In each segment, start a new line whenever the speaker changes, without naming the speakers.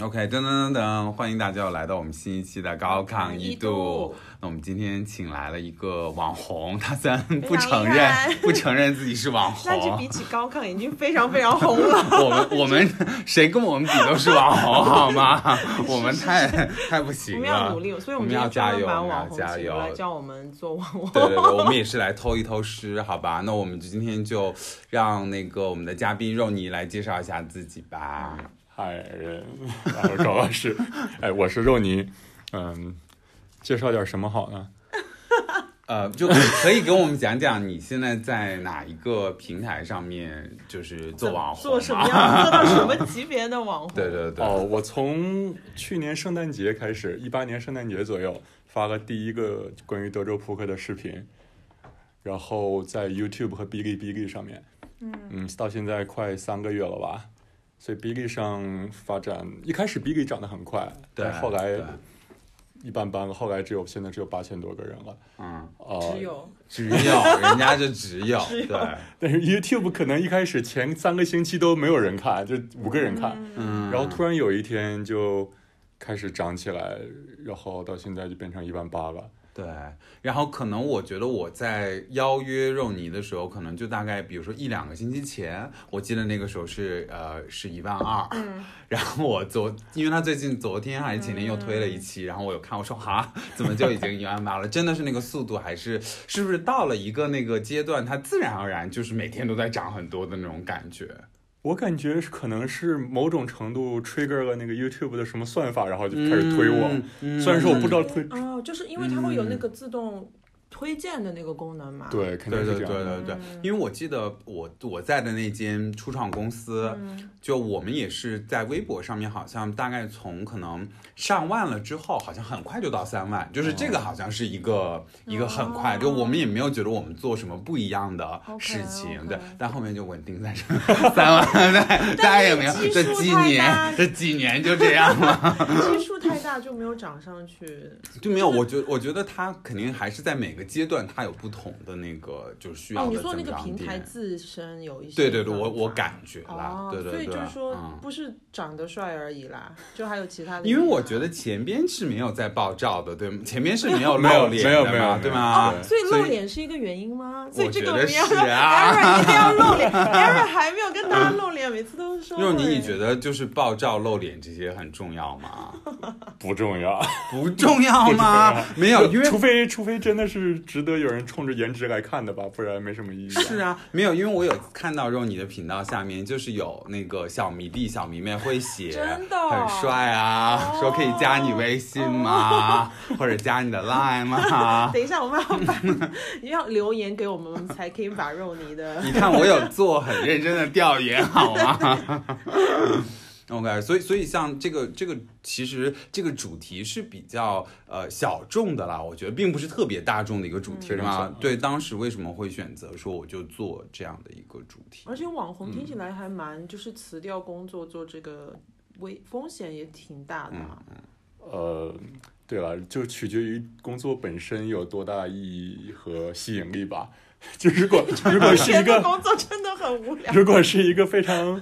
OK，噔噔噔噔，欢迎大家又来到我们新一期的高
高
亢
亢
一
一
度
度。
那我们今天请来了一个网红，他虽然不
非常
承
厉
认
害，
不承认自己是网
那就
红
比，起高亢已经非常非常 红了。
我们我 们谁跟我们比都是网红好吗？我们太太不
我
行
们要
了
努。力，所以
我们
我们今
要
天专
加油
门把
我们要
网红
加
请
油
过来教我们做网红。
对对对， 我们也是来偷一偷师，好吧？那我们就今天就让那个我们的嘉宾肉泥来介绍一下自己吧。
嗨，大家好，我是，哎，我是肉泥，嗯，介绍点什么好呢？
呃，就可以可以给我们讲讲你现在在哪一个平台上面就是做网红
做什么
吗？
样，做到什么级别的网红？
啊对对对，
哦，我从去年圣诞节开始，一八年圣诞节左右发了第一个关于德州扑克的视频，然后在 YouTube 和哔哩哔哩上面，嗯，到现在快三个月了吧，所以哔哩上发展，一开始哔哩涨得很快，
对，
但后来
对
一般般，后来只有现在只有八千多个人了，
嗯，
啊、
只有
只有人家就只有
只有
对，
但是 YouTube 可能一开始前三个星期都没有人看，就五个人看，
嗯，
然后突然有一天就开始涨起来，然后到现在就变成一万八了。
对，然后可能我觉得我在邀约肉泥的时候，可能就大概比如说一两个星期前，我记得那个时候是呃是一万二，然后我昨因为他最近昨天还是前天又推了一期，然后我有看，我说哈怎么就已经一万八了？真的是那个速度还是是不是到了一个那个阶段，它自然而然就是每天都在涨很多的那种感觉。
我感觉是可能是某种程度 trigger 了那个 YouTube 的什么算法，然后就开始推我。
嗯
虽然说我不知道
因
推，
为哦，就是因为它会有那个自动推荐的那个功能嘛。
对，肯定
对对
是这
对
样的。
对对，
嗯
因为我记得我我在的那间初创公司，
嗯
就我们也是在微博上面，好像大概从可能上万了之后，好像很快就到三万，就是这个好像是一个、
嗯
一个很
哦
快，就我们也没有觉得我们做什么不一样的事情
OK，OK
对，但后面就稳定在这三 万，对，大家有没有
但是
这
基数
几
太大
年这几年就这样了。
基数太大就没有涨上去。
就没有，我觉我觉得它肯定还是在每个阶段，它有不同的那个就是需要
哦，
的
你
增
说
长
那
点。
个平台自身有一些
对对对，我
方法
我感觉啦，
哦，
对对
所
对，
以就是说
嗯
不是长得帅而已啦，就还有其他的原
因
因啊。
为我觉得前边是没有在爆照的，对吗？前面是没有露脸的嘛，
没有没有没有
对吗？
对
所以
所
露
以
脸是一个原因吗？所
我
以这
觉
个
得
不要
是
说 Aaron
啊
一定要露脸，Aaron 还没有跟大家露脸，每次都是说会。
肉泥，你觉得就是爆照、露脸这些很重要吗？
不重要，
不重要吗？没有， 因为
除非除非真的是值得有人冲着颜值来看的吧，不然没什么意义、
是啊，没有，因为我有看到肉泥的频道下面就是有那个小迷弟、小迷妹会写，
真的哦
很帅啊，
哦
说可以加你微信吗？或者加你的 Line 吗？
等一下，我们要把你要留言给我们，我们才可以把肉泥的
你看我有做很认真的调研，好吗 ？OK，所以所以像这个这个，其实这个主题是比较呃小众的啦，我觉得并不是特别大众的一个主题嘛。
嗯非常小
对，当时为什么会选择说我就做这样的一个主题？
而且网红听起来还蛮，就是辞掉工作做这个，危风险也挺大的啊。
呃，对了，就取决于工作本身有多大意义和吸引力吧。 就如果如果是一
现在
个
工作真的很无聊。
如果是一个非常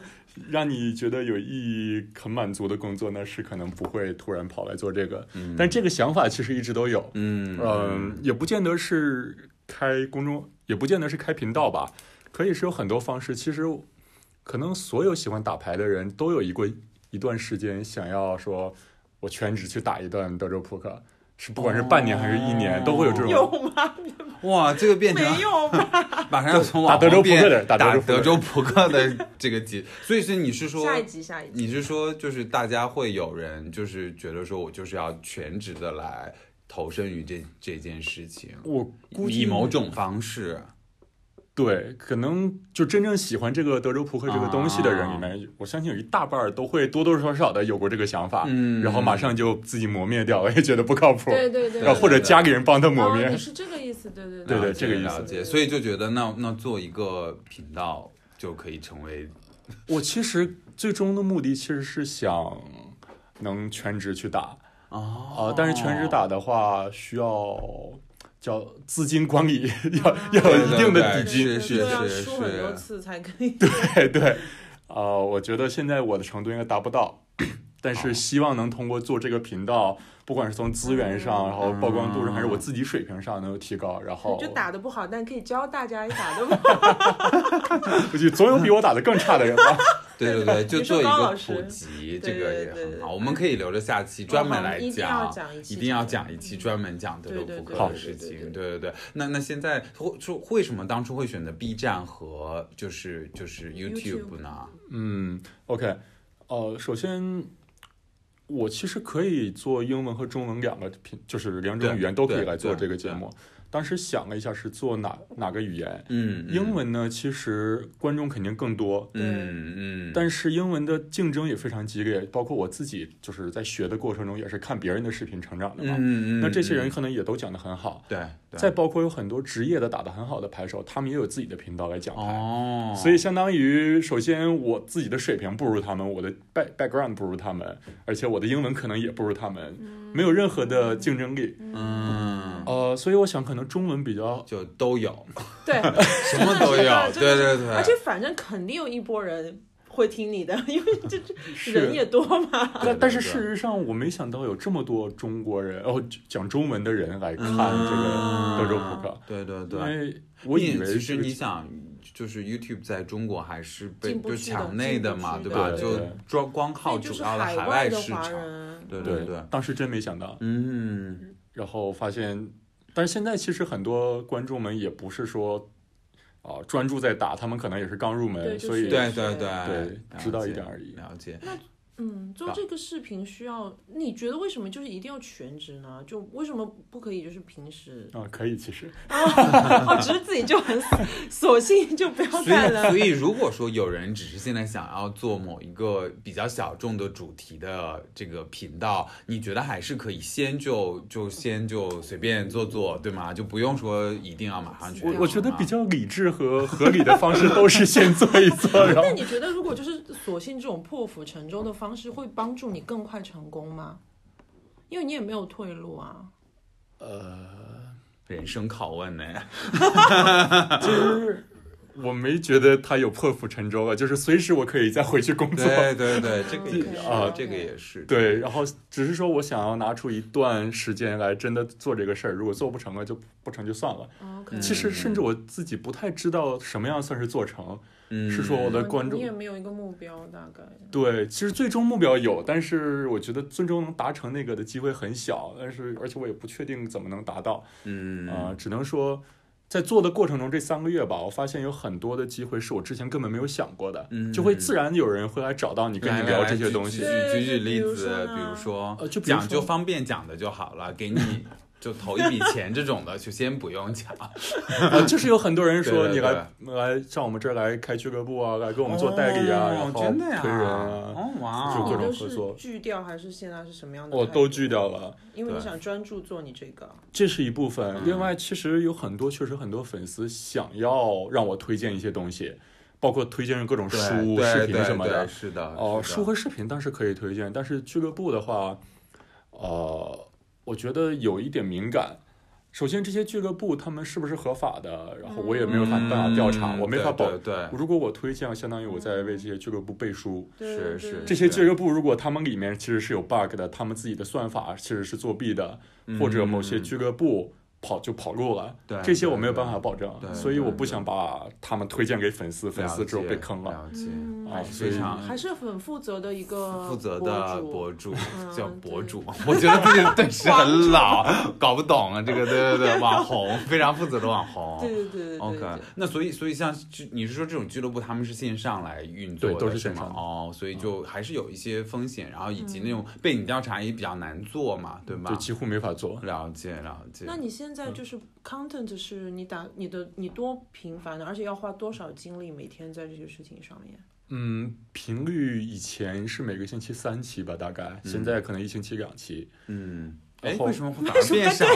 让你觉得有意义、很满足的工作，那是可能不会突然跑来做这个。但这个想法其实一直都有，
嗯
嗯、也不见得是开公众，也不见得是开频道吧，可以是有很多方式。其实可能所有喜欢打牌的人都有一过一段时间想要说，我全职去打一段德州扑克，是不管是半年还是一年，
哦
都会有这
有
种。
吗？
哇，这个变成
没有 吧？
马上要从
打
网
德
红
州扑克的
变
打
打
德州扑克
德州扑克的这个级，所以是你是说
下一集，下一集。
你是说，就是大家会有人就是觉得说我就是要全职的来投身于这这件事情，
我估计
以某种方式，
对，可能就真正喜欢这个德州扑克这个东西的人里面，我相信有一大半儿都会多多少少的有过这个想法，
嗯
然后马上就自己磨灭掉了，也觉得不靠谱，
对对对
然后或者家里人帮他磨
哦，
灭
你。是这个意思，对对
对对
了解
这个意思
了解，所以就觉得那那做一个频道就可以成为
我其实最终的目的其实是想能全职去打
哦，
啊、但是全职打的话需要。叫资金管理要要有一定的
对
底
对是
金，
是
都要
是
输很多
是
次才可以。
呃对对，啊、我觉得现在我的程度应该达不到，但是希望能通过做这个频道，不管是从资源上，然后曝光度上，还是我自己水平上能有提高，然后
就打的不好，但可以教大家也打的不好。
我就总有比我打的更差的人吧。
对对对，就
你
做
说
一
高
个
老师
普及，
对
这个
对
也
对
很
对
好。我们可以留着下期 专门来
一定要讲一期
一定要讲一期专门讲德州
对对
扑
对
克的
对
事
对对
情。对对对，那那现在会说为什么当初会选择 B 站和就是就是 YouTube 呢？
嗯，OK，呃，首先我其实可以做英文和中文两个频，就是两种
对
语言都可
对
以来做
对
这个节
对
目。当时想了一下是做哪哪个语言，
嗯，嗯
英，文呢，其实观众肯定更多，
嗯嗯，
但是英文的竞争也非常激烈，包括我自己就是在学的过程中也是看别人的视频成长的嘛。
嗯嗯，
那这些人
嗯
可能也都讲得很好，
对对
再包括有很多职业的打得很好的牌手，他们也有自己的频道来讲牌。
哦，
所以相当于，首先我自己的水平不如他们，我的 back background 不如他们，而且我的英文可能也不如他们，没有任何的竞争力。
嗯，
呃，所以我想可能中文比较
就都有，
对，
什么都 有，
真的
对对
是
对，
而且反正肯定有一波人会听你的， 因为这这
是
人也多嘛。
对
但但是
对
事实上，我没想到有这么多中国人哦，讲中文的人来看
嗯
这个德州扑克，
对对
因
对。
为我以为
其实
这个
你想，就是 YouTube 在中国还是被
进不
就
去的
墙内的嘛，
进不去
吧？
的
就
对
专光
所
靠
以就
主
是
要
海
海
外的
市
华
场，
人，嗯
对
对
对，
当时真没想到，
嗯，
然后发现，但是现在其实很多观众们也不是说啊、专注在打，他们可能也是刚入
对
门，
就是
所以
对对
对
对
对知道一点而已？
了解。
嗯，做这个视频需要，你觉得为什么就是一定要全职呢？就为什么不可以就是平时
啊、可以其实
哦，只是自己就很索性就不要
所
干
以，
了
所。以如果说有人只是现在想要做某一个比较小众的主题的这个频道，你觉得还是可以先就就先就随便做做，对吗？就不用说一定要马上去。
我我觉得比较理智和合理的方式都是先做一做，然后
那你觉得，如果就是索性这种破釜沉舟的方式，会帮助你更快成功吗？因为你也没有退路啊。
人生拷问 呢。
其实我没觉得他有破釜沉舟啊，就是随时我可以再回去工作。
对对对，这个也是，
啊
这个也是，
对，然后只是说我想要拿出一段时间来真的做这个事儿，如果做不成了就不成就算了。
OK，
其实甚至我自己不太知道什么样算是做成，
嗯，
是说我的观
你也
众
没有一个目标，大概。
对，其实最终目标有，但是我觉得最终能达成那个的机会很小，但是而且我也不确定怎么能达到
嗯
啊、只能说。在做的过程中，这三个月吧，我发现有很多的机会是我之前根本没有想过的，
嗯
就会自然有人会来找到你，跟
来
你
来
聊
来
这些
举
东西
举。
对
举举
就
例
比如
子
说，呢
比如说
呃，就比如
讲
说
就方便讲的就好了，给 你就投一笔钱这种的就先不用讲，
啊，就是有很多人说
对对
你来来上我们这儿来开俱乐部啊，来跟我们做代理啊，
哦
然后
真的呀，
推人啊，
哦哇
就各
你
哦，
种
就
合作
是拒掉还是现在是什么样的？
我都拒，掉了，
因为你
对
想专注做你这个。
这是一部
嗯
分。另外，其实有很多确实很多粉丝想要让我推荐一些东西，包括推荐各种
对
书、
对
视频
对
什么
对
的。
是的，
哦，
是的
书和视频当时可以推荐，但是俱乐部的话，呃，我觉得有一点敏感。首先，这些俱乐部他们是不是合法的？然后我也没有法办法调查，
嗯
我没法保
对对
如果我推荐，相当于我在为这些俱乐部背书。
对
是
对
是
对
这嗯些俱乐部如果他们里面其实是有 bug 的，他们自己的算法其实是作弊的，或者某些俱乐部跑就跑路了，
对
这些我没有办法保证
对，对
所以我不
对
想把他们推荐给粉丝，粉丝之后被坑了。
了解。
嗯
啊
还
所以
是
常
还是很负责的一个
负责的
博主。
博主
嗯
叫博
对
主， 我觉得自己对是很 老，搞不懂啊，这个对对对，网红 非常负责的网红，
对对对对对
OK，
对
那所以所以像就你是说这种俱乐部他们是线上来运作的，
对都是
是
线
吗
上的嗯
哦，所以就还是有一些风险，然后以
嗯
及那种背景调查也比较难做嘛，对吧
就？几乎没法做。
了解了解。
那你现
嗯
在就是 content 是你打你的你多频繁的，而且要花多少精力每天在这些事情上面？
嗯，频率以前是每个星期三期吧，大概，现在可能一星期两期。
嗯，哎，
然后
为什么反而变啊少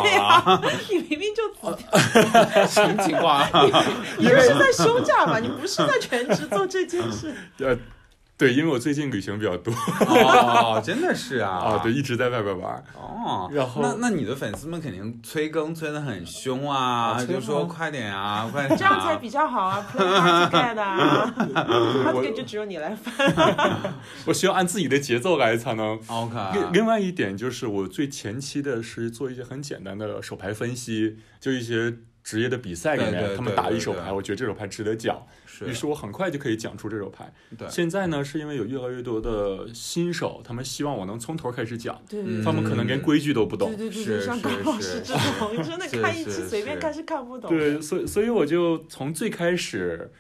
了？
你明明就
哦
辞
什么情况啊？
你是在休假吧？你不是在全职做这件事。
呃，对，因为我最近旅行比较多
哦，真的是啊，
啊，对，，一直在外边玩。
哦，
然后
那那你的粉丝们肯定催更催得很凶啊，
啊
就
催吗
说快点 啊，快点、啊，
这样才比较好啊，不用 hard to get 啊，hard to
我
get 就只有你来翻。
我需要按自己的节奏来才能。另
OK。
另外一点就是，我最前期的是做一些很简单的手牌分析，就一些职业的比赛里
对对
面，他们
对
打
对
一手
对
牌，我觉得这手牌值得讲，于
是，
是我很快就可以讲出这手牌。
对，
现在呢，是因为有越来越多的新手，他们希望我能从头开始讲，
对
嗯
他们可能连规矩都不
对
懂。
对对对，
是
像
是
高老师
是
这种，真 的
是
看一
是
期随便
是
看是看不懂。
对，所以所以我就从最开始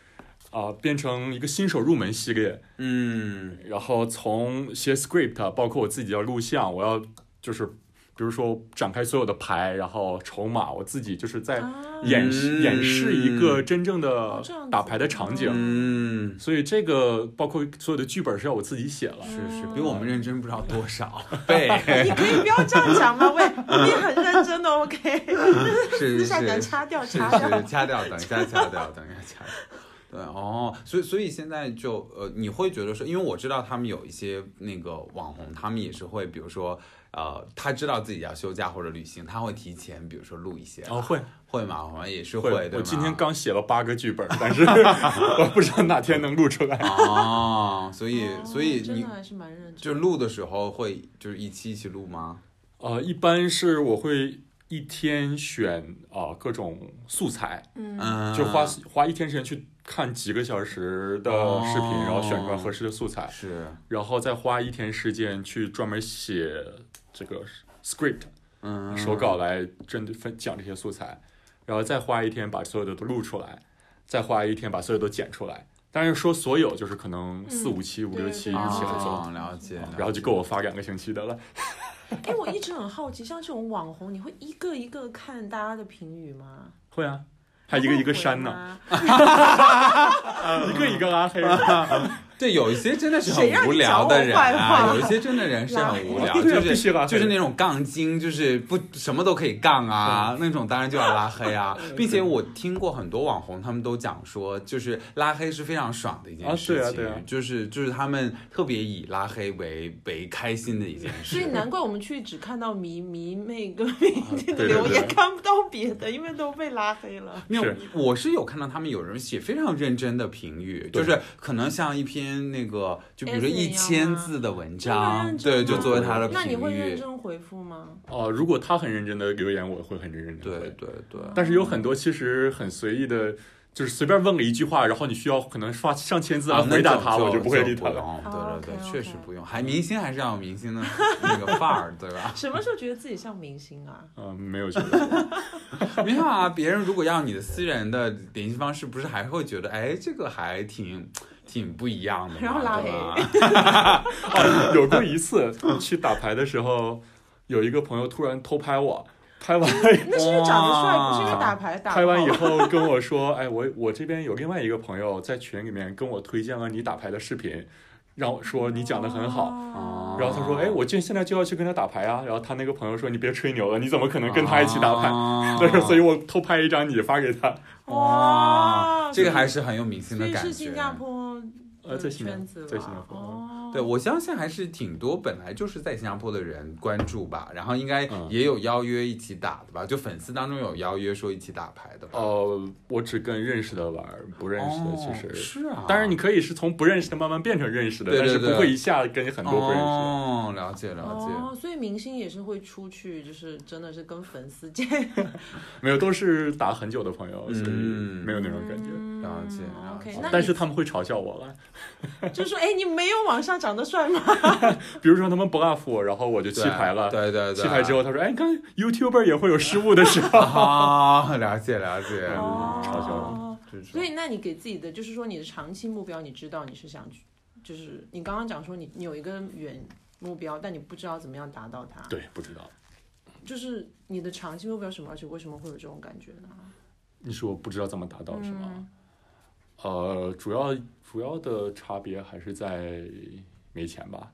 啊、变成一个新手入门系列，
嗯，
然后从写 script，啊包括我自己要录像，我要就是比如说展开所有的牌，然后筹码，我自己就是在
啊，
演、
嗯
演示一个真正的
哦这样子
打牌的场景。
嗯，
所以这个包括所有的剧本是要我自己写了，
是
哦
是，比我们认真不知道多 少倍，
你可以不要这样讲吗？喂，你很认真的，OK？
是
私
是
下
是
讲掐掉，
是
掐
是
掉。
掐掉，等一下掐掉，等一下掐掉。对哦，所以所以现在就呃，你会觉得说，因为我知道他们有一些那个网红，他们也是会，比如说呃，他知道自己要休假或者旅行，他会提前，比如说录一些，
然后哦会
会吗？好像也是
会，
对
我
吗？
今天刚写了八个剧本，但是 我不知道哪天能录 出来。
哦，所以所以
真
你
的还是蛮认
就
真的。
录的时候会就是一期一期录吗？
呃，一般是我会一天选啊、各种素材，
嗯，
嗯，
就花花一天时间去看几个小时的视频，
哦
然后选出来合适的素材，
是
然后再花一天时间去专门写这个 script
嗯
手稿来针对分讲这些素材，然后再花一天把所有的都录出来，再花一天把所有都剪出来。但是说所有就是可能四五期、五六期一起
嗯对对
来
哦
做，
了解，了解
然后就够我发两个星期的了。
哎，我一直很好奇，像这种网红，你会一个一个看大家的评语吗？
会啊，还
哦
一个一个删呢，
呢？啊
一个一 个拉黑。
对，有一些真的是
谁让
很无
你
聊的
讲我
人
坏
啊，
话
有一些真的人是很无聊，
拉黑
就
对啊必须
是
拉黑
就是那种杠精，就是不什么都可以杠
嗯
啊，那种当然就要拉黑 啊，并且我听过很多网红他们都讲说，就是拉黑是非常爽的一件
啊
事
对啊
情，
对啊
就是就是他们特别以拉黑为为开心的一件
所以
事。
难怪我们去只看到迷迷妹跟
啊
迷弟的
对对
留言，
对
看不到别的，因为都被拉黑了。
没有
是，
我是有看到他们有人写非常认真的评语，
对
就是可能像一篇那个，就比如说
essay
一
一样
千
吗
字的文
真的
章，
认真
对，
吗
就作为他的评语。
那你会认真回 复吗？
哦，如果他很认真的留言，我会很认真地
对
回。
对对，
但是有很多其实很随意的，就是随便问了一句话，然后你需要可能刷上千字来啊回答他，我
啊就
不会理他
了
了。。
哦
对对对，
，OK，OK
确实不用。还明星还是要有明星的那个范儿，对吧？
什么时候觉得自己像明星啊？
嗯，没有觉得。
没有啊，别人如果要你的私人的联系方式，不是还会觉得，哎，这个还挺挺不一样的嘛，
然后拉黑
对吧？
哦，有过一次去打牌的时候，有一个朋友突然偷拍我，拍完
那是因为长得帅，不是因为打牌打。
拍完以，后跟我说，哎，我我这边有另外一个朋友在群里面跟我推荐了你打牌的视频，让我说你讲的很好。
哦
然后他说：“哎，我就现在就要去跟他打牌啊。”然后他那个朋友说：“你别吹牛了，你怎么可能跟他一起打牌？”
啊
但是，
哦
所以我偷拍一张你发给他。
哇
哇，
这个还是很有明星
所
的
以
感
是
觉。
新加坡
呃，在新加
圈子
在新加坡，
哦，
对，我相信还是挺多本来就是在新加坡的人关注吧，然后应该
嗯
也有邀约一起打的吧，就粉丝当中有邀约说一起打牌的吧。
呃，我只跟认识的玩儿，不认识的
哦
其实。
是啊，
当然，你可以是从不认识的慢慢变成认识的，
对对
但是不会一下跟很多不认识的。
哦，了解了解。
哦，所以明星也是会出去，就是真的是跟粉丝见
没有，都是打很久的朋友，所以
嗯
没有那种感觉。
了解了解
OK，那
但
你
是他们会嘲笑我了，
就说，哎，你没有网上长得帅吗？
比如说他们 bluff 我，然后我就
对
弃牌了。
对对对，
弃牌之后，他说：“哎，你看 YouTuber 也会有失误的时 候。
啊，了解了解，嗯
哦嘲笑
哦
我
这种
所以，那你给自己的就是说你的长期目标，你知道你是想去，就是你刚刚讲说你你有一个远目标，但你不知道怎么样达到它。”，
对，不知道。
就是你的长期目标是什么，而且为什么会有这种感觉呢？
你说我不知道怎么达
哦
到是吗？
嗯
呃，主要主要的差别还是在没钱吧。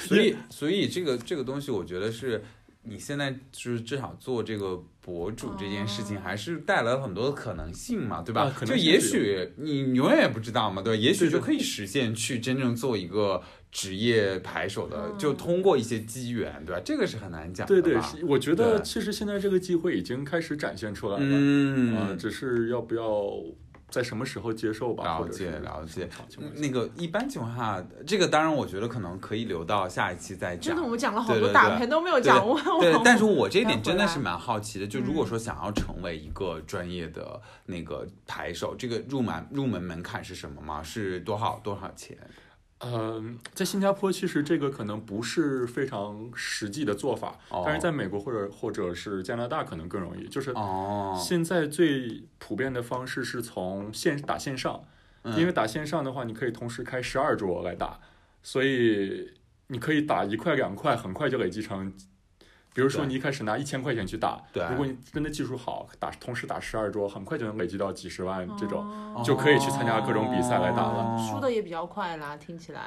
所以所以这个这个东西，我觉得是你现在就是至少做这个博主这件事情，还是带来了很多的可能性嘛，对吧？
啊可
就
能性
也
是
许你永远也不知道嘛，对吧？也许
对对
就可以实现去真正做一个职业牌手的，就通过一些机缘，对吧？这个是很难讲的
对
吧。
对，是我觉得
对
其实现在这个机会已经开始展现出来了，
嗯，
啊，只是要不要在什么时候接受吧，
了
或者是
解了解
什么情况下
那个一般情况下，这个当然我觉得可能可以留到下一期再
真
讲
的，我。们讲了好
对
多
对
打
对
牌都没有讲完。
对
我，
但是我这一点
再
真
回
的
来
是蛮好奇的，就如
嗯
果说想要成为一个专业的那个牌手，这个入门入门门槛是什么吗？是多少多少钱？
嗯，在新加坡其实这个可能不是非常实际的做法，
哦
但是在美国或者或者是加拿大可能更容易。就是
哦，
现在最普遍的方式是从线打线上，
嗯
因为打线上的话，你可以同时开十二桌来打，所以你可以打一块两块，很快就累积成。比如说
对
你一开始拿一千块钱去打，
对
如果你真的技术好，打同时打十二桌，很快就能累积到几十万这种。
哦
就可以去参加各种比赛来
啊
打
哦
了
输的也比较快啦，听起来。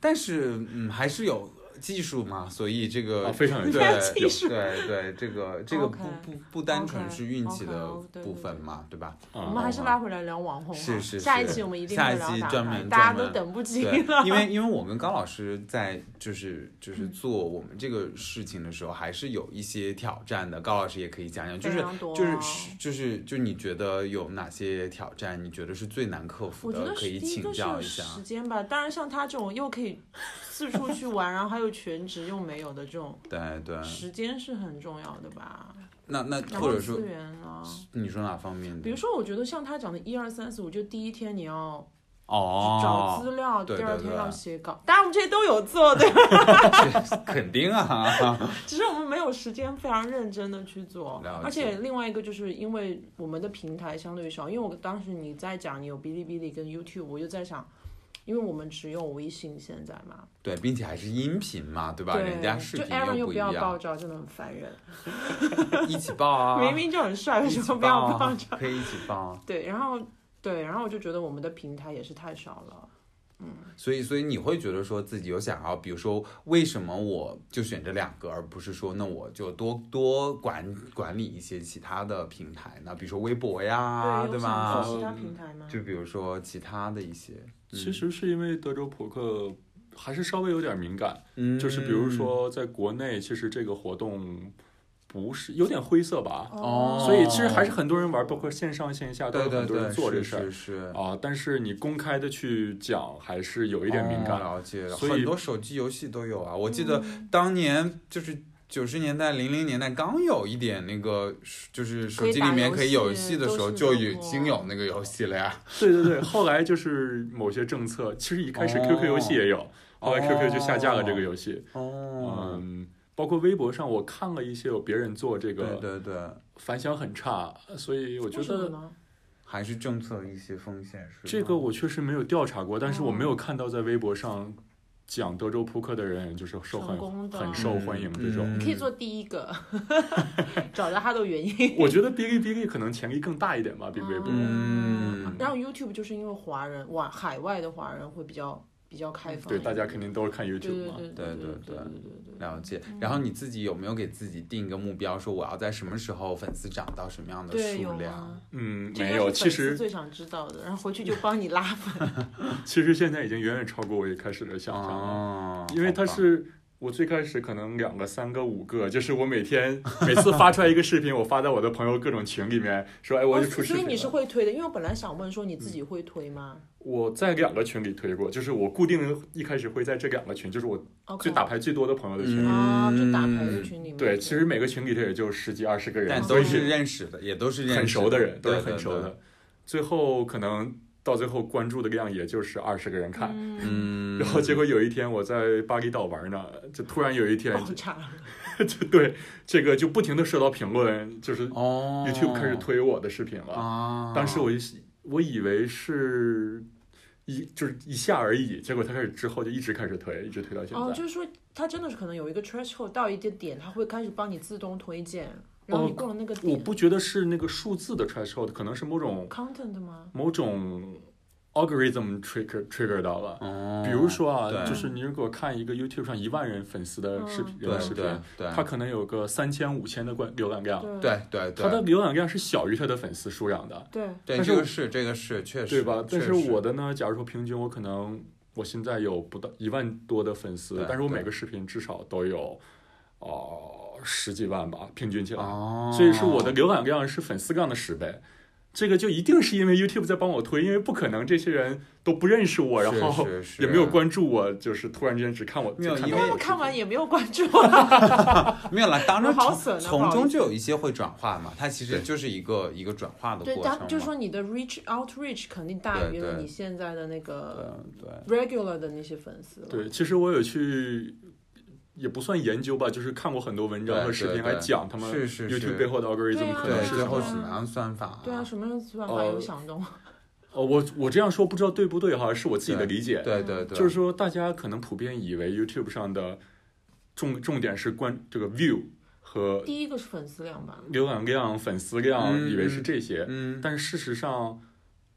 但是嗯，还是有技术嘛，所以这个
啊非常有
对
技术
对对，这个这个不
OK，
不不单纯
OK，
是运气的
OK，对对
部分嘛，对吧？
啊
我们还是拉回来聊网红啊，
是是
下一
是
期我们一定
下
会
一
聊
期
打
专
牌
门
大家
专
都
门
等不及
对
了，。嗯
因为因为我跟高老师在就是就是做我们这个事情的时候，还是有一些挑战的。高老师也可以讲讲，就
非
是
常多
就是就是就你觉得有哪些挑战？你觉得是最难克服
我觉
的？
得
呃可
是
以
第一
请
个是
教
有
一下。
时间吧，当然像他这种又可以四处去玩，然后还有全职又没有的这种，
对对，
时间是很重要的吧。
那那
然
嗯或
后
者说
资源啊，
你说哪方面的？
比如说我觉得像他讲的一二三四，我觉得第一天你要找
哦，
资料，
对
第二
对
天
对
要写稿，当然我们这些都有做，对吧，
肯定啊，
只是我们没有时间非常认真的去做
了。解
而且另外一个就是因为我们的平台相对于少，因为我当时你在讲你有哔哩哔哩跟 YouTube，我就在想，因为我们只有微信现在嘛，
对，并且还是音频嘛，对吧？
对，
人家视
就
频
Aaron 又
不
不
一
要爆
样，
照，真的很烦人。
一起报啊，
明明就很帅，为
一
什
起
么不
报
要爆
啊
照？，
可以一起报啊。
对，然后对，然后我就觉得我们的平台也是太少了。
所以，所以你会觉得说自己有想要，比如说，为什么我就选这两个，而不是说那我就多多管管理一些其他的平台呢？比如说微博呀，
对有
啊对
想
吧？嗯
做其他平台吗？
就比如说其他的一些，
其实是因为德州扑克还是稍微有点敏感，
嗯，
就是比如说在国内，其实这个活动不是有点灰色吧，
哦
所以其实还是很多人玩，包括线上线下都
嗯对
有
对
很多
对，
人做这
是
事儿
是是，
啊。但是你公开的去讲，还是有一点敏
哦
感。啊
了解了。
所以
很多手机游戏都有啊，我记得
嗯
当年就是。九十年代、零零年代刚有一点那个，就是手机里面可以有游戏的时候，
可以打
就
游戏
已经有那个游戏了呀。
对对对，后来就是某些政策，其实一开始
哦
QQ 游戏也有，后来 QQ 就下架了这个
哦
游戏。
哦，
嗯，包括微博上我看了一些有别人做这
对
个，
对对，
反响很差，所以我觉
为什么
得。
呢？
还是政策一些风险是吗
这个我确实没有调查过，但是我
哦
没有看到在微博上讲德州扑克的人就是受
成
很
功的
很受欢迎这
嗯
种。
你可以做第一个， 找到他的原因。
我觉得哔哩哔哩可能潜力更大一点吧，比微博。
嗯
然后 YouTube 就是因为华人哇，海外的华人会比较比较开放一
对，
点，
大家肯定都是看
对
YouTube
对
嘛。
对
对对
对对
对
对对。
了解。然后你自己有没有给自己定一个目标，说我要在什么时候粉丝涨到什么样的
对，有
数量
啊？
嗯，
这应
没
该是
有，其
粉丝
实
最想知道的，然后回去就帮你拉粉。
其实现在已经远远超过我一开始的想象了，
哦，
啊因为它
好吧
是。我最开始可能两个、三个、五个，就是我每天每次发出来一个视频，我发到我的朋友各种群里面，说哎，我
哦
就出视
所以
频
你是
了。
会推的，因为我本来想问说你自己会推吗
我在两个群里推过，就是我固定一开始会在这两个群，就是我
？OK，
就打牌最多的朋友的群。
嗯
啊，就打牌的群里面。
对，其实每个群里头也就十几二十个人，
但
所
都
以
是认识的，也都是认识
很熟的人，都
对
是很熟。
对对
的。最后可能到最后关注的量也就是二十个人看。
嗯，
嗯，
然后结果有一天我在巴厘岛玩呢，就突然有一天，
爆炸了。
就对这个就不停的收到评论，就是
哦
YouTube 开始推我的视频了。
啊，
当时我就我以为是一就是一下而已，结果他开始之后就一直开始推，一直推到现在。
哦，就是说它真的是可能有一个 threshold 到一个点，它会开始帮你自动推荐，然后你
哦
过了那个
我
点
不觉得是那个数字的 threshold，可能是某种
content 吗？
某种 algorithm trigger trigger 到了。
哦
比如，说啊，
对
就是你如果看一个 YouTube 上一万人粉丝
嗯
的视频，人
对
的视
对
频，
对
他可能有个三千、五千的观浏览量，
对
对对
他的
对，
浏览量是小于他的粉丝数量的，
对，
对
但是
这个是这个是确实
对吧？但是
确实
我的呢，假如说平均我可能我现在有不到一万多的粉丝
对，
但是我
对
每个视频至少都有哦、呃十几万吧，平均起来，
哦，
所以说我的浏览量是粉丝量的十倍。这个就一定是因为 YouTube 在帮我推，因为不可能这些人都不认识我，
是
然后
是是
也没有关注我，就是突然之间只看我。
没有
只看
因
到
为
他
我
们看
的视频
完也没有关注，
没有啦，当然
我好
从
损啊不
从
好意
中
思
就有一些会转化嘛，它其实
对
就是一个一个转化的
对，
过
他
程嘛。
就是说你的 reach outreach 肯定大于
对
了
对
你现在的那
对
个
对
regular 的那些粉丝了。
对，其实我有去，也不算研究吧，就是看过很多文章
对
和视
对
频来
对
讲他们
是是是
YouTube 背后的 algorithm
啊
可能
对，
是
最
什
后
么。
什么样的算法、啊？
对啊，什么算法
呃
有想懂？
哦，我我这样说不知道对不对哈，是我自己的理解。
对对对，
就是说大家可能普遍以为 YouTube 上的重重点是关这个 view 和
第一个是粉丝量吧，
浏览量、粉丝量，
嗯
以为是这些，
嗯，
但是事实上。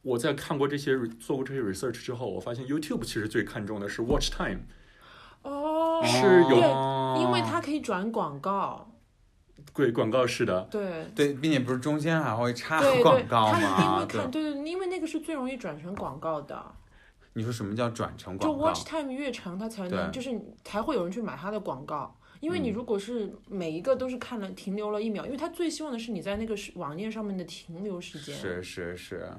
我在看过这些做过这些 research 之后，我发现 YouTube 其实最看重的是 watch time，
哦，
是有
对，因为
哦
它可以转广告，
对广告式的，
对。
对，并且不是中间还会插
对对
广，告
他一定
吗？
会看，对对，因为那个是最容易转成广告的，
你说什么叫转成
就
广告？
watch time 越长，它才能
对嗯
就是才会有人去买它的广告。因为你如果是每一个都是看了停留了一秒，因为他最希望的是你在那个是网页上面的停留时间，
是是是，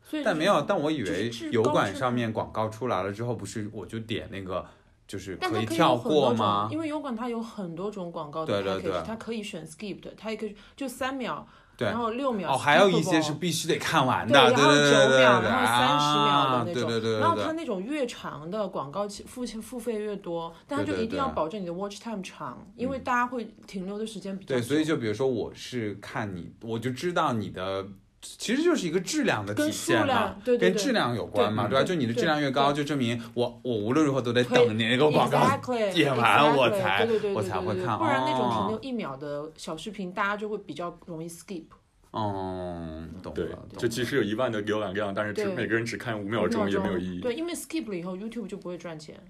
所以
但
就
没
是
有，但我以
就是
为
至
油
高
管
是
上面广告出来了之后，不是我就点那个，就是
但它
以
可以
跳
有很多
过
种，
吗？
因为油管它有很多种广告的 package，
对对对
它可以选 skip 的，它也可以就三秒，
对
然后六秒，
哦，还有一些是
skippable
必须得看完
对，
的，
然
对
后
对对
九
对
秒，
对，
然后三十秒
啊
的那
对
种。
对对
然
对
后
对，
它那种越长的广告其付钱付费越多，但它
对
就
对
一定要
对嗯
保证你的 watch time 长，因为大家会停留的时间比较久。
对，所以就比如说我是看你，我就知道你的，其实就是一个质量的体
跟数
现嘛。
量对对
跟
对
质量有关嘛，
对
对吧？就你的质量越高，就证明我我无论如何都得
推
等你那个广告
exactly,
演完我
exactly，
才
对对对对
我才
对
会
对
看
不然那种停
哦
留一秒的小视频，大家就会比较容易 skip。
嗯，懂了，
对
懂，
就
了
即使有一万的浏览量，但是只
对
每个人只看五秒钟也没有意义。
对，因为 skip 了以后，YouTube 就不会赚钱。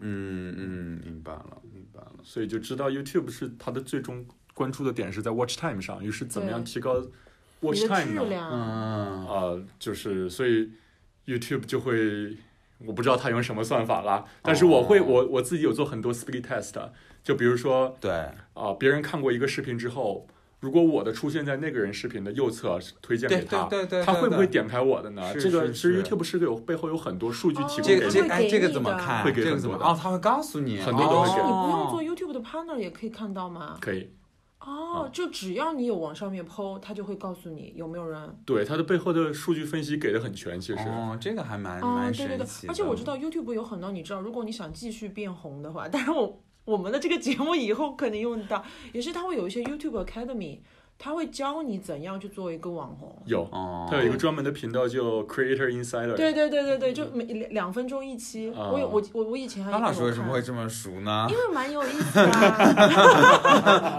嗯嗯，明白了，明白了。
所以就知道 YouTube 是它的最终关注的点是在 watch time 上，于是怎么样
对
提高
你
watch
的
time
质
呢？
量，
嗯，
呃，就是所以 YouTube 就会，我不知道它用什么算法啦，但是我会、
哦
我我自己有做很多 speed test，就比如说
对，
啊、别人看过一个视频之后。如果我的出现在那个人视频的右侧，推荐给
对
他，
对对对
他
对
会不会
对
点开我的呢？
是
这个
是
其实
是
YouTube 是个有背后有很多数据
哦
提供
这
给
个
你
这
会
的
个
给
哎，
你
这个怎么
的
看？
会给
这个
很
怎么？
多的
哦，他会告诉你，
很多都会
哦
给
你不用
哦
做 YouTube 的 partner 也可以看到吗？
可以，
哦，就只要你有往上面 PO，它就会告诉你有没有人。
对它的背后的数据分析给的很全，其实、
哦，这个还蛮
哦，
蛮
对对
神
对
奇，的。
而且我知道 YouTube 有很多，你知道，如果你想继续变红的话，但是我我们的这个节目以后肯定用到，也是它会有一些 YouTube Academy，它会教你怎样去做一个网红。
有
哦，
它有一个专门的频道叫 Creator Insider。
对对对对对，就每两两分钟一期。
啊
我有我我我以前还
潘嗯老师
有
为什么
看
会这么熟呢
因？为蛮有意思的、啊，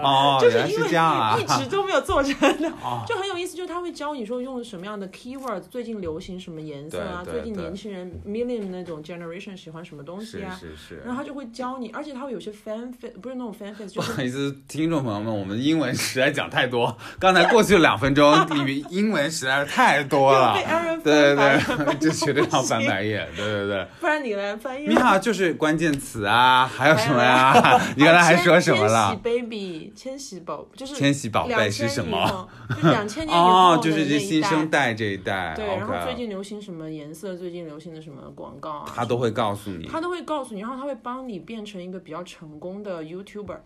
哦，
就
原
是
来
因
是
为
这样啊
一！直都没有做成的，
哦
就很有意思。就是他会教你说用什么样的 keywords，最近流行什么颜色啊，
对
最
对
近
对
年轻人 million 那种 generation 喜欢什么东西
是
啊，
是是
然。后他就会教你，而且他会有些 fan f a 不是那种 fan f
不
a 就是
好意思，听众朋友们，我们英文实在讲太多， 刚才过去两分钟里面英文实在是太多了
被，Aaron
对
翻白
对
眼，
对，就绝对要翻白 眼，对对对。
不然你来翻译
你
吧。
好，就是关键词啊，还有什么呀？ 你刚才还说什么
哦千
了
禧？baby，千禧宝就是
千禧宝贝是什么？
2000以后？就两千年以后
哦
的，
就是
那
这
一
新生
代
代这一代，
对，然后最
OK，
近流行什么颜色，最近流行的什么广告啊，
他都会告诉你
他都会告诉你，然后他会帮你变成一个比较成功的 YouTuber，、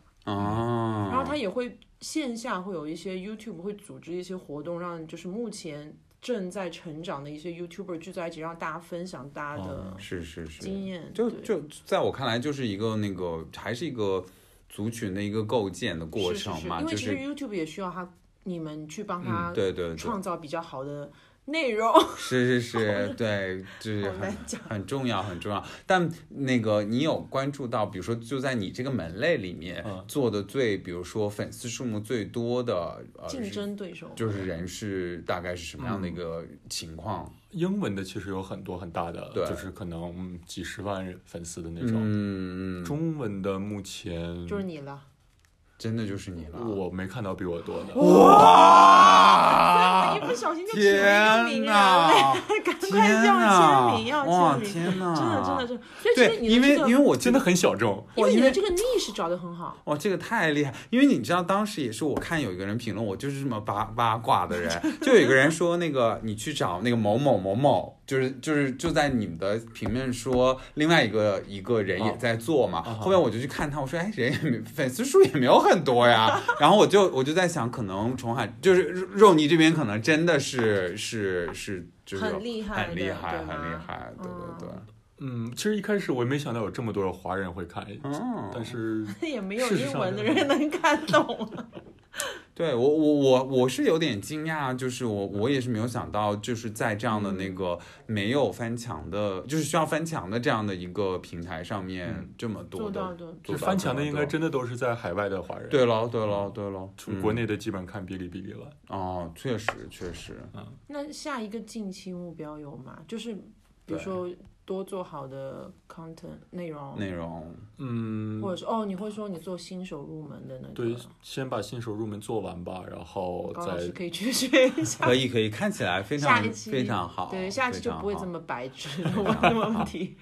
然后
哦。
他也会线下会有一些 YouTube 会组织一些活动，让就是目前正在成长的一些 YouTuber 聚在一起，让大家分享大家的
是是是，
经验。
就
对
就在我看来，就是一个那个，还是一个族群的一个构建的过
是是
程
是
嘛，
因为
就
其实
是嗯
YouTube 也需要他你们去帮他
对对对
创造比较好的内容。
是是是，对，就是
好难
很
讲
很重要很重要。但那个你有关注到，比如说就在你这个门类里面、
嗯
做的最，比如说粉丝数目最多的，呃，
竞争对手，
就是人是大概是什么样的一个
嗯
情况？
英文的其实有很多很大的，
对
就是可能嗯几十万人粉丝的那种。
嗯，
中文的目前
就是你了。
真的就是你了。
我没看到比我多 的。
哇
哎一不小心就成了一个
啊天
名人了， 赶
天
快要签名，要
哇，
签名，
天哪！
真的真的真的。所以其
对，
实你
因
的
为
这个，
因为我
真的很小众，
因为
因
你
为
的这个逆势找的很好，
哇，这个太厉害！因为你知道，当时也是我看有一个人评论，我就是这么八八卦的 人，就有一个人说，那个你去找那个某某某某，就是就是就在你们的评论说，另外一个一个人也在做嘛。
哦
后面我就去看他，我说，哎，人也没粉丝数也没有很多 呀。然后我就我就在想，可能崇海就是肉泥这边，可能真的是是是，就是
很厉害
很厉
的
害，
对
很厉
吗
害，对对对，
嗯，其实一开始我也没想到有这么多的华人会看，
嗯，
但是
也没有
事实上
英文的
是
人 能看懂。啊
对我我我我是有点惊讶，就是我我也是没有想到，就是在这样的那个
嗯
没有翻墙的，就是需要翻墙的这样的一个平台上面
嗯
这么多
做到
的，
的，
做
就
到
翻墙的
这么
应该
多
真的都是在海外的华人，，
对喽对喽对喽，嗯
国内的基本看哔哩哔哩了。
哦，确实确实，
那下一个近期目标有吗？就是比如
对
说多做好的 content 内容，
内容
嗯，
或者是哦，你会说你做新手入门的那个，
对，先把新手入门做完吧，然后
高老师
再
可 以去学一下。
可以可以，看起来非
下
常
一期
非常好，
对，下一期
哦非
就
常
不会
好
这么 白痴的问问题。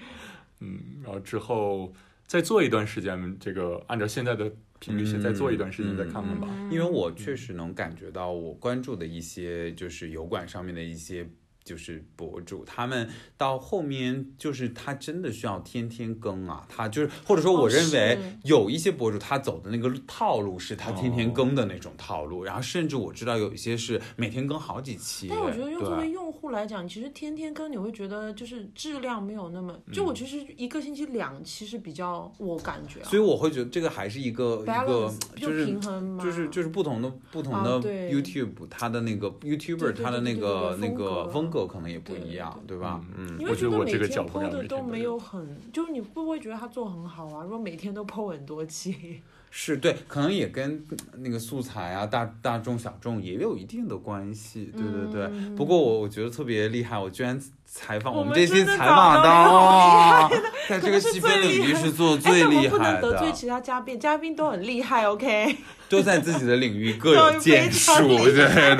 嗯，然后之后再做一段时间，这个按照现在的频率先再做一段时间再看看吧。
因为我确
嗯
实能感觉到，我关注的一些就是油管上面的一些就是博主，他们到后面就是他真的需要天天更啊，他就是或者说
哦
我认为
是哦
有一些博主他走的那个套路是他天天更的那种套路，然后甚至我知道有一些是每天更好几期，
但我觉得用作为
对。啊
用户来讲，其实天天跟你会觉得就是质量没有那么，就
嗯
我其实一个星期两期是比较我感觉啊
所以我会觉得这个还是一个一个
balance 就
就是
平衡嘛，
就是就是不同的不同
啊
的
对
YouTube，它的那个 YouTuber
对对
它的那个
对对对
那
对
个
风格
风格可能也不
对
一
对
样，对吧？嗯，
你
我
会
觉得
得
我
每
这个脚
天
不
PO
让
的
每
都
天
没
都
有很，就是你会不会觉得他做得很好啊？如果每天都 PO 很多期，
是对，可能也跟嗯那个素材啊、大大众小众也有一定的关系，对对对。不过我我觉得特别厉害，我居然采访
嗯我
们
们
这期
真的
采
找
访
到
到
了
哇， 在这
可
个
能是
细分
最厉
领域
害
是做
哎，
最
但我
厉
们不能
害
得罪
的，
其他嘉宾，嘉宾都很厉害，OK？
都在自己的领 域各
都
有
非
建树，
常厉
对对对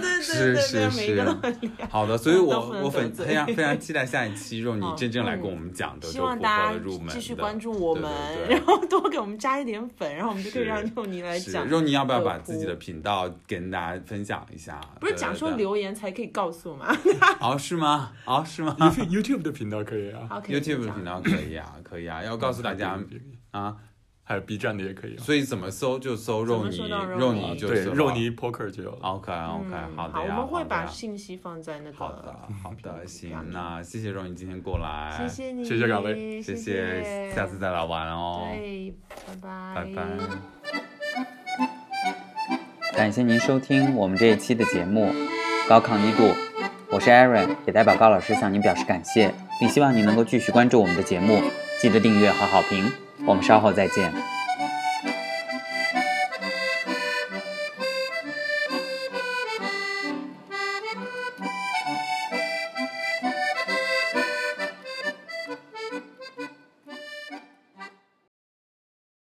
对对对
是
对
是
对，每一个都
是。
很厉害。
好的，所以
嗯都
我
不能
我
得
非
罪
非常非 常期待下一期肉你
好
真正来
嗯
跟我们讲德
希
州扑
望
克
大
的
家
入门的，
继续关注我
对
们，
对对
然后多给我们加一点粉，然后我们就可以
是
让用你来
是
讲。
肉你要不要
乐
把自己
乎
的频道跟大家分享一下？
不是
对
讲
对
说
对
留言才可以告诉吗
哦，是吗？哦，是吗
嗯
YouTube YouTube 的频道可以 啊，
？OK，
？YouTube
这
的
样
频道可以啊，可以啊，要
嗯
告诉大家
嗯
啊，
还有 B 站的也可以啊。
所以怎么搜就搜肉泥，
怎么搜到肉
肉
泥
泥就
对，
搜
肉。泥 Poker 就有了。
OK OK，
嗯
好
好，
的
我
呀，
们会
好的
把
呀
信息放在那
好
个
的好的，
屏幕
行，
上
那谢谢肉泥今天过来，
谢谢你，
谢谢两位
谢
谢
谢，下次再来玩哦，
对，拜拜，
拜拜。
感谢您收听我们这一期的节目《高亢一度》，我是 Aaron，也代表高老师向您表示感谢，并希望您能够继续关注我们的节目，记得订阅和好评。我们稍后再见。